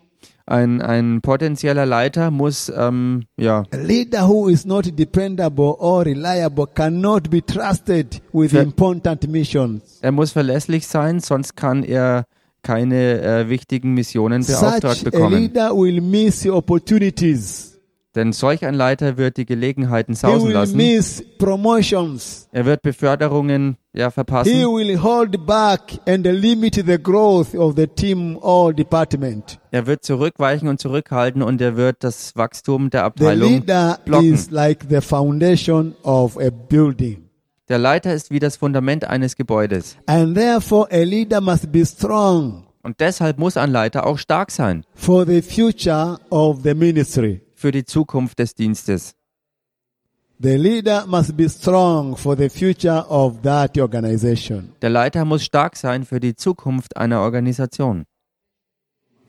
S2: Ein, ein potenzieller Leiter muss, ähm, ja,
S1: A leader who is not dependable or reliable cannot be trusted with
S2: Ver-
S1: important missions.
S2: er muss verlässlich sein, sonst kann er keine äh, wichtigen Missionen beauftragt
S1: Such a
S2: bekommen.
S1: leader will miss opportunities.
S2: Denn solch ein Leiter wird die Gelegenheiten
S1: He
S2: sausen
S1: will
S2: lassen.
S1: miss promotions.
S2: Er wird Beförderungen ja
S1: He
S2: verpassen.
S1: will hold back and limit the growth of the team or department.
S2: Er wird zurückweichen und zurückhalten und er wird das Wachstum der
S1: The
S2: Abteilung
S1: leader
S2: blocken.
S1: is like the foundation of a building.
S2: Der Leiter ist wie das Fundament eines Gebäudes.
S1: And therefore, a leader must be strong
S2: Und deshalb muss ein Leiter auch stark sein
S1: for the future of the ministry.
S2: für die Zukunft des Dienstes.
S1: The leader must be strong for the future of that organization.
S2: Der Leiter muss stark sein für die Zukunft einer Organisation.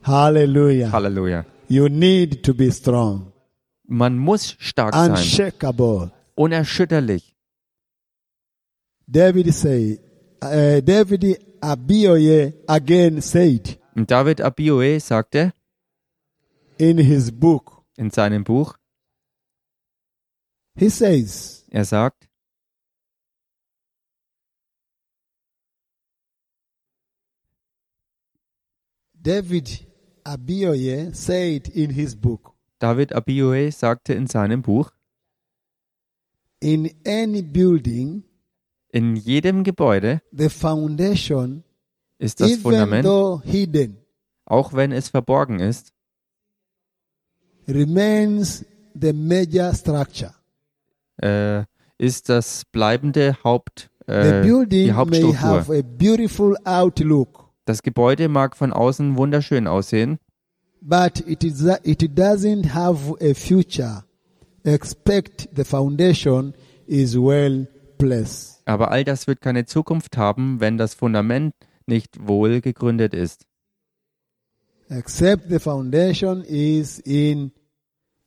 S1: Hallelujah.
S2: Halleluja.
S1: You need to be strong,
S2: Man muss stark sein,
S1: unshakable.
S2: unerschütterlich.
S1: David say, uh, David Abioye again said
S2: Und David Abioe sagte
S1: in his book,
S2: in seinem Buch,
S1: he says,
S2: er sagt,
S1: David Abioye said in his book,
S2: David Abioe sagte in seinem Buch,
S1: in any building,
S2: in jedem Gebäude
S1: the foundation,
S2: ist das
S1: even
S2: Fundament,
S1: though hidden,
S2: auch wenn es verborgen ist,
S1: remains the major structure.
S2: äh, ist das bleibende Haupt,
S1: The
S2: äh, die
S1: building may have
S2: Hauptstruktur.
S1: a beautiful outlook,
S2: Das Gebäude mag von außen wunderschön aussehen,
S1: but it, is, it doesn't have a future. Expect the foundation is well placed.
S2: aber all das wird keine Zukunft haben, wenn das Fundament nicht wohl gegründet ist.
S1: Except the foundation is in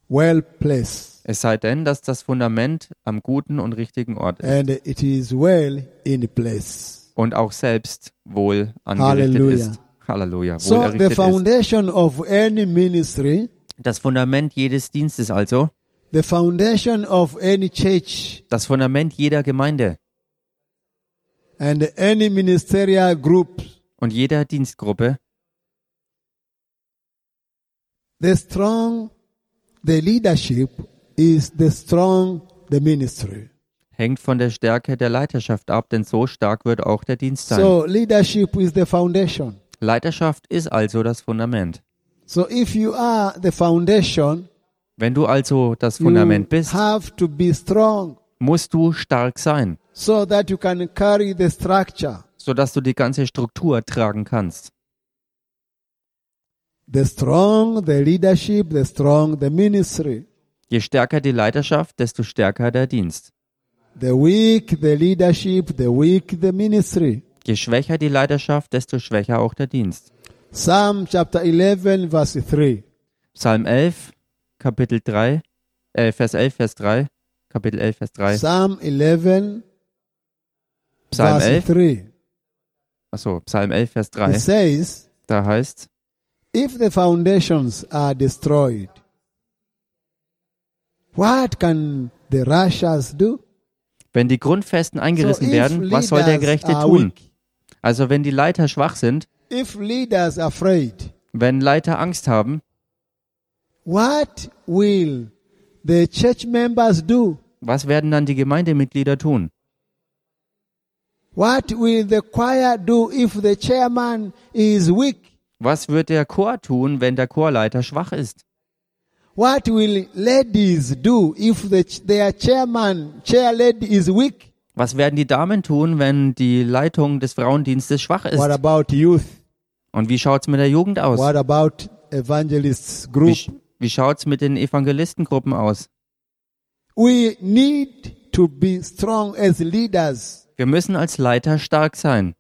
S1: well placed,
S2: Es sei denn, dass das Fundament am guten und richtigen Ort ist
S1: and it is well in place.
S2: und auch selbst wohl angerichtet
S1: Halleluja.
S2: ist. Halleluja. Wohl
S1: So the
S2: errichtet ist.
S1: foundation of any ministry,
S2: Das Fundament jedes Dienstes also,
S1: the foundation of any church
S2: das Fundament jeder Gemeinde
S1: and any ministerial group,
S2: und jeder Dienstgruppe,
S1: the strong, the leadership is the strong, the ministry.
S2: hängt von der Stärke der Leiterschaft ab, denn so stark wird auch der Dienst sein.
S1: So leadership is the foundation.
S2: Leiterschaft ist also das Fundament.
S1: So if you are the foundation,
S2: Wenn du also das
S1: you
S2: Fundament bist,
S1: have to be strong
S2: musst du stark sein,
S1: so that you can carry the structure.
S2: sodass du die ganze Struktur tragen kannst.
S1: The strong, the leadership, the strong, the ministry.
S2: Je stärker die Leiterschaft, desto stärker der Dienst.
S1: The weak, the leadership, the weak, the ministry.
S2: Je schwächer die Leiterschaft, desto schwächer auch der Dienst.
S1: Psalm chapter 11 verse 3.
S2: Psalm 11, Kapitel 3, äh, Vers 11, Vers 3, Kapitel 11, Vers 3,
S1: Psalm 11
S2: Psalm
S1: verse
S2: 11,
S1: 3.
S2: achso, Psalm 11, Vers
S1: It
S2: 3,
S1: says,
S2: da heißt,
S1: if the foundations are destroyed, what can the righteous do?
S2: wenn die Grundfesten eingerissen
S1: if
S2: werden, was soll der
S1: leaders
S2: Gerechte
S1: are
S2: tun?
S1: weak,
S2: Also wenn die Leiter schwach sind,
S1: If leaders are afraid,
S2: wenn Leiter Angst haben,
S1: what will the church members do?
S2: was werden dann die Gemeindemitglieder tun?
S1: What will the choir do if the chairman is weak?
S2: Was wird der Chor tun, wenn der Chorleiter schwach ist?
S1: What will ladies do if the ch- their chairman, chair lady is weak?
S2: Was werden die Damen tun, wenn die Leitung des Frauendienstes schwach ist?
S1: What about youth?
S2: Und wie schaut's mit der Jugend aus?
S1: What about evangelists
S2: Wie,
S1: group?
S2: sch- wie schaut's mit den Evangelistengruppen aus?
S1: We need to be strong as leaders,
S2: Wir müssen als Leiter stark sein.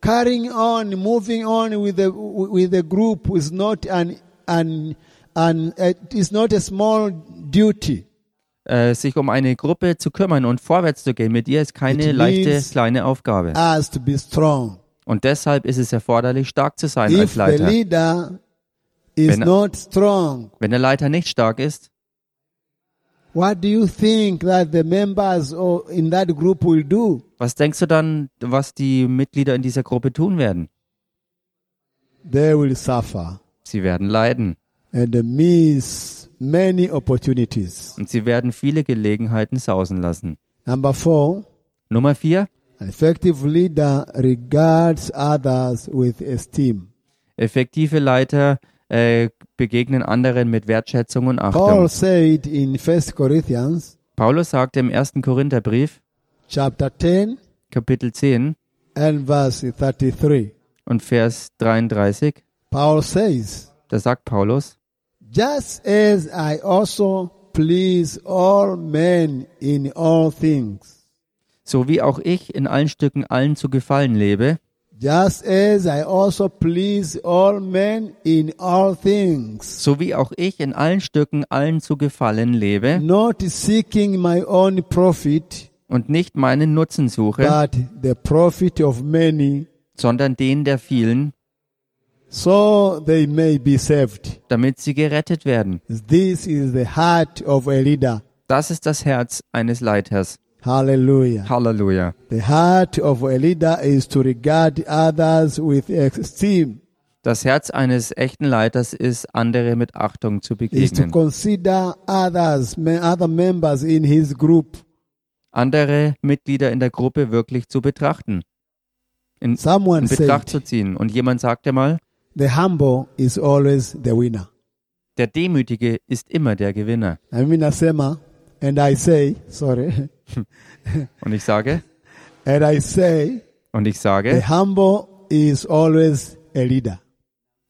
S1: carrying on, moving on with the with the group is not an an an it is not a small duty.
S2: Äh, sich um eine Gruppe zu kümmern und vorwärts zu gehen mit ihr ist keine
S1: It
S2: leichte
S1: means-
S2: kleine Aufgabe.
S1: Us to be strong.
S2: Und deshalb ist es erforderlich, stark zu sein
S1: If
S2: als
S1: the
S2: Leiter.
S1: leader is
S2: Wenn er-
S1: not strong,
S2: Wenn der Leiter nicht stark ist,
S1: what do you think that the members or in that group will do?
S2: was denkst du dann, was die Mitglieder in dieser Gruppe tun werden?
S1: They will suffer
S2: Sie werden leiden
S1: and miss many opportunities.
S2: und sie werden viele Gelegenheiten sausen lassen.
S1: Number four.
S2: Nummer vier.
S1: An effective leader regards others with esteem.
S2: Effektive Leiter äh, begegnen anderen mit Wertschätzung und
S1: Paul
S2: Achtung.
S1: said in 1 Corinthians
S2: Paulus sagte im 1. Korintherbrief,
S1: chapter 10
S2: Kapitel 10
S1: and verse 33.
S2: und Vers 33,
S1: Paul says,
S2: da sagt Paulus,
S1: Just as I also please all men in all things,
S2: so wie auch ich in allen Stücken allen zu gefallen lebe,
S1: just as I also please all men in all things,
S2: so wie auch ich in allen Stücken allen zu gefallen lebe
S1: not seeking my own profit,
S2: und nicht meinen Nutzen suche,
S1: but the profit of many,
S2: sondern den der vielen,
S1: so they may be saved.
S2: damit sie gerettet werden.
S1: This is the heart of a leader.
S2: Das ist das Herz eines Leiters.
S1: Hallelujah.
S2: Halleluja.
S1: The heart of a leader is to regard others with esteem,
S2: Das Herz eines echten Leiters ist, andere mit Achtung zu
S1: is to
S2: begegnen,
S1: consider others, me- other members in his group.
S2: andere Mitglieder in der Gruppe wirklich zu betrachten, in,
S1: Someone
S2: in Betracht zu
S1: said,
S2: ziehen. Und jemand sagte mal,
S1: the humble is always the winner.
S2: der Demütige ist immer der Gewinner.
S1: Na mimi nasema, and I say, sorry,
S2: Und ich sage,
S1: and I say,
S2: und ich
S1: the
S2: sage,
S1: humble is always a leader.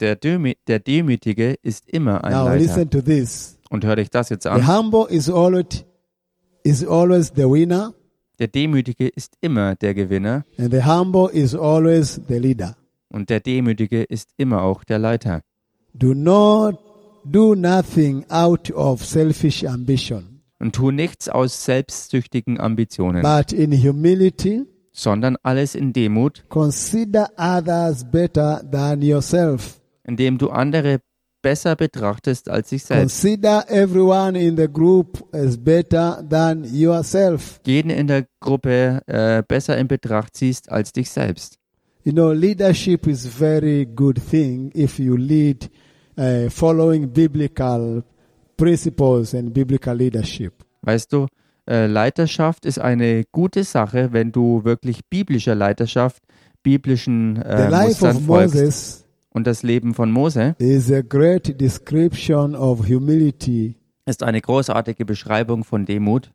S2: der, Dömi der Demütige ist immer ein
S1: Now
S2: Leiter.
S1: listen to this.
S2: Und hör dich das jetzt
S1: The
S2: an.
S1: humble is always, is always the winner.
S2: Der Demütige ist immer der Gewinner
S1: And the humble is always the leader.
S2: und der Demütige ist immer auch der Leiter.
S1: Do not do nothing out of selfish ambition,
S2: und tu nichts aus selbstsüchtigen Ambitionen,
S1: but in humility,
S2: sondern alles in Demut,
S1: consider others better than yourself.
S2: indem du andere besser betrachtest als sich selbst.
S1: Consider everyone in the group as better than yourself.
S2: Jeden in der Gruppe äh, besser in Betracht ziehst als dich selbst.
S1: You know, leadership is very good thing if you lead uh, following biblical principles and biblical leadership.
S2: Weißt du, äh, Leiterschaft ist eine gute Sache, wenn du wirklich biblischer Leiterschaft, biblischen
S1: The
S2: äh,
S1: life
S2: Mustern
S1: of
S2: folgst.
S1: Moses
S2: Und das Leben von Mose
S1: is a great description of humility
S2: ist eine großartige Beschreibung von Demut.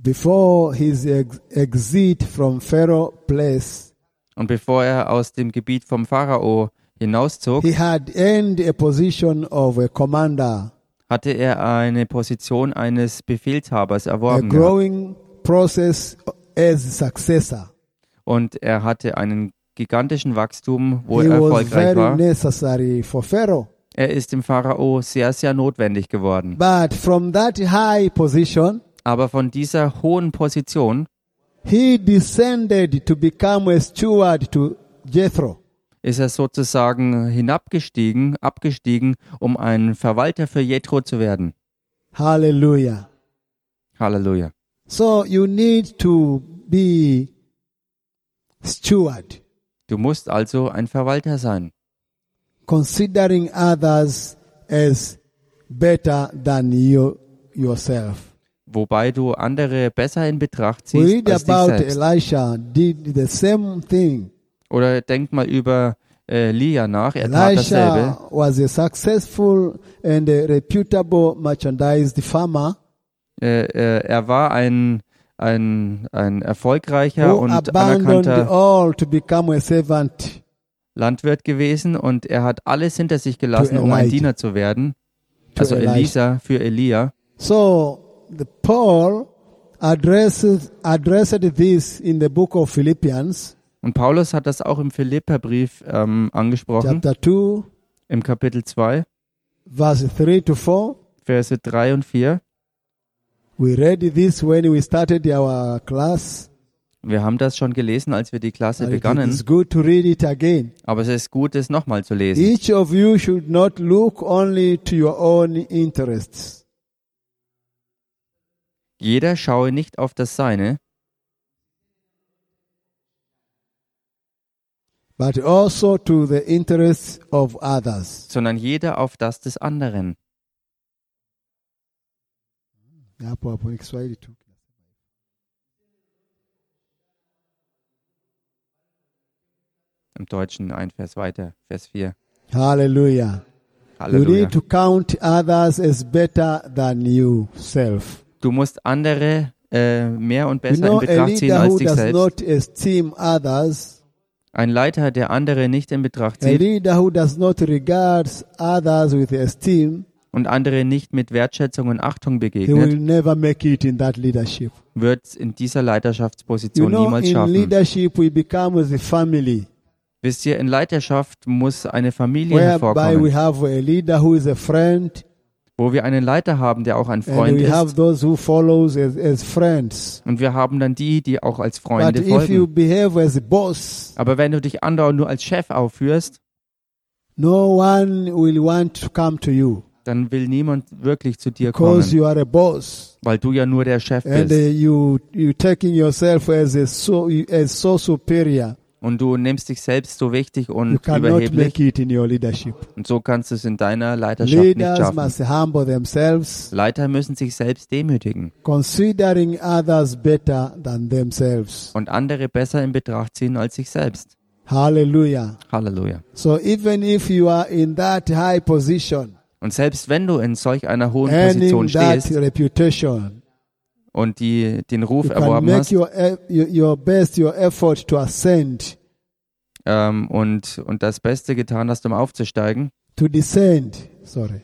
S1: before his ex- exit from Pharaoh place.
S2: Und bevor er aus dem Gebiet vom Pharao hinauszog,
S1: He had earned a position of a commander,
S2: hatte er eine Position eines Befehlshabers
S1: a
S2: erworben gehabt.
S1: growing process as successor.
S2: und er hatte einen gigantischen Wachstum, wo
S1: He
S2: er
S1: was
S2: erfolgreich
S1: very
S2: war.
S1: necessary for Pharaoh.
S2: Er ist dem Pharao sehr, sehr notwendig geworden.
S1: But from that high position,
S2: Aber von dieser hohen Position
S1: he descended to become a steward to Jethro.
S2: ist er sozusagen hinabgestiegen, abgestiegen, um ein Verwalter für Jethro zu werden.
S1: Hallelujah.
S2: Halleluja.
S1: So you need to be steward,
S2: Du musst also ein Verwalter sein,
S1: considering others as better than you yourself.
S2: wobei du andere besser in Betracht
S1: We
S2: ziehst
S1: read
S2: als dich
S1: about
S2: selbst.
S1: Elisha did the same thing.
S2: Oder denk mal über äh, Lia nach, er tat dasselbe.
S1: Elisha was a successful and a reputable merchandised farmer.
S2: äh, äh, er war ein, ein, ein erfolgreicher
S1: who
S2: und
S1: abandoned
S2: anerkannter
S1: all to become a servant.
S2: Landwirt gewesen und er hat alles hinter sich gelassen,
S1: To
S2: um ein
S1: Elijah.
S2: Diener zu werden.
S1: To
S2: Also
S1: Elijah.
S2: Elisa für Elia.
S1: So the Paul addresses, addressed this in the book of Philippians,
S2: Und Paulus hat das auch im Philipperbrief ähm, angesprochen,
S1: chapter 2,
S2: im Kapitel 2,
S1: verse 3 to 4.
S2: Verse 3 und 4.
S1: We read this when we started our class.
S2: Wir haben das schon gelesen, als wir die Klasse
S1: but it is
S2: begannen,
S1: good to read it again.
S2: aber es ist gut, es nochmal zu lesen.
S1: Each of you should not look only to your own interests,
S2: Jeder schaue nicht auf das Seine,
S1: but also to the interests of others.
S2: sondern jeder auf das des anderen.
S1: Hapo hapo ni Kiswahili tu.
S2: Im Deutschen ein Vers weiter, Vers 4.
S1: Hallelujah. You
S2: Halleluja.
S1: need to count others as better than yourself.
S2: Du musst andere äh, mehr und
S1: You
S2: besser in
S1: know, a
S2: Betracht ziehen
S1: leader
S2: als
S1: who
S2: dich
S1: does
S2: selbst.
S1: not esteem others,
S2: Ein Leiter, der andere nicht in Betracht
S1: a
S2: zieht
S1: leader who does not regard others with esteem,
S2: und andere nicht mit Wertschätzung und Achtung
S1: he will
S2: begegnet,
S1: never make it in that leadership.
S2: wird es in dieser
S1: You
S2: Leiterschaftsposition
S1: know,
S2: niemals
S1: in
S2: schaffen.
S1: leadership we become the family,
S2: Wisst ihr, in Leiterschaft muss eine Familie
S1: whereby we
S2: hervorkommen,
S1: have a leader who is a friend,
S2: wo wir einen Leiter haben, der auch ein
S1: and
S2: Freund
S1: we have
S2: ist.
S1: those who follows as, as friends.
S2: Und wir haben dann die, die auch als
S1: But
S2: Freunde
S1: if you
S2: folgen.
S1: behave as a boss,
S2: Aber wenn du dich andauernd nur als Chef aufführst,
S1: no one will want to come to you
S2: dann will niemand wirklich zu dir
S1: because
S2: kommen,
S1: you are a boss.
S2: weil du ja nur der Chef
S1: and uh,
S2: bist.
S1: you you taking yourself as a so as so superior
S2: Und du nimmst dich selbst so wichtig
S1: you
S2: und
S1: cannot
S2: überheblich.
S1: make it in your leadership
S2: Und so kannst du es in deiner Leiterschaft nicht
S1: leaders
S2: schaffen.
S1: must humble themselves
S2: Leiter müssen sich selbst demütigen
S1: considering others better than themselves
S2: und andere besser in Betracht ziehen als sich selbst.
S1: hallelujah
S2: Halleluja.
S1: so even if you are in that high position
S2: Und selbst wenn du in solch einer hohen
S1: and in
S2: Position
S1: that
S2: stehst
S1: reputation
S2: und die, den Ruf
S1: you can
S2: erworben
S1: make
S2: hast
S1: your e- your your best your effort to ascend
S2: ähm, und, und das Beste getan hast, um aufzusteigen,
S1: to descend sorry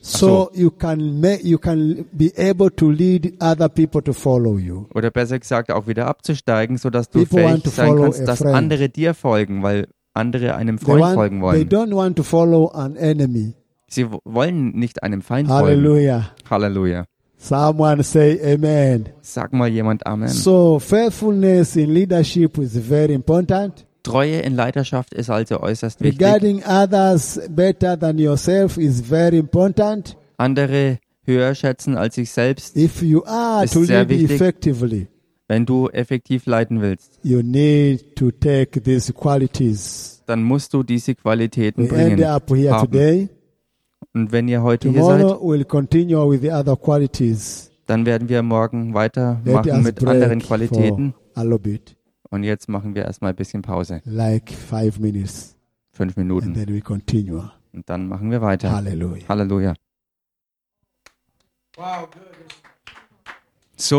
S1: so
S2: so.
S1: you can make you can be able to lead other people to follow you
S2: oder besser gesagt auch wieder abzusteigen, sodass du
S1: People want
S2: fähig
S1: to
S2: sein
S1: follow a
S2: kannst, dass
S1: friend.
S2: andere dir folgen, weil andere einem
S1: They,
S2: Freund
S1: want-
S2: folgen
S1: they
S2: wollen.
S1: don't want to follow an enemy.
S2: Sie w- wollen nicht einem Feind folgen.
S1: Hallelujah.
S2: Halleluja.
S1: Someone say amen.
S2: Sag mal jemand Amen.
S1: So faithfulness in leadership is very important.
S2: Treue in Leiterschaft ist also äußerst wichtig.
S1: Regarding others better than yourself is very important.
S2: Andere höher schätzen als sich selbst.
S1: If you are
S2: Ist
S1: to
S2: sehr
S1: lead
S2: wichtig.
S1: effectively,
S2: Wenn du effektiv leiten willst,
S1: you need to take these qualities.
S2: dann musst du diese Qualitäten
S1: We end
S2: bringen.
S1: up here
S2: Haben.
S1: today.
S2: Und wenn ihr heute hier seid,
S1: Tomorrow we'll continue with the other qualities.
S2: dann werden wir morgen
S1: Let
S2: weitermachen
S1: us
S2: mit
S1: break
S2: anderen
S1: for
S2: Qualitäten.
S1: a little bit,
S2: Und jetzt machen wir erstmal ein bisschen Pause.
S1: like five minutes,
S2: Fünf
S1: and
S2: Minuten.
S1: then we continue.
S2: Und dann machen wir weiter.
S1: Hallelujah.
S2: Halleluja. So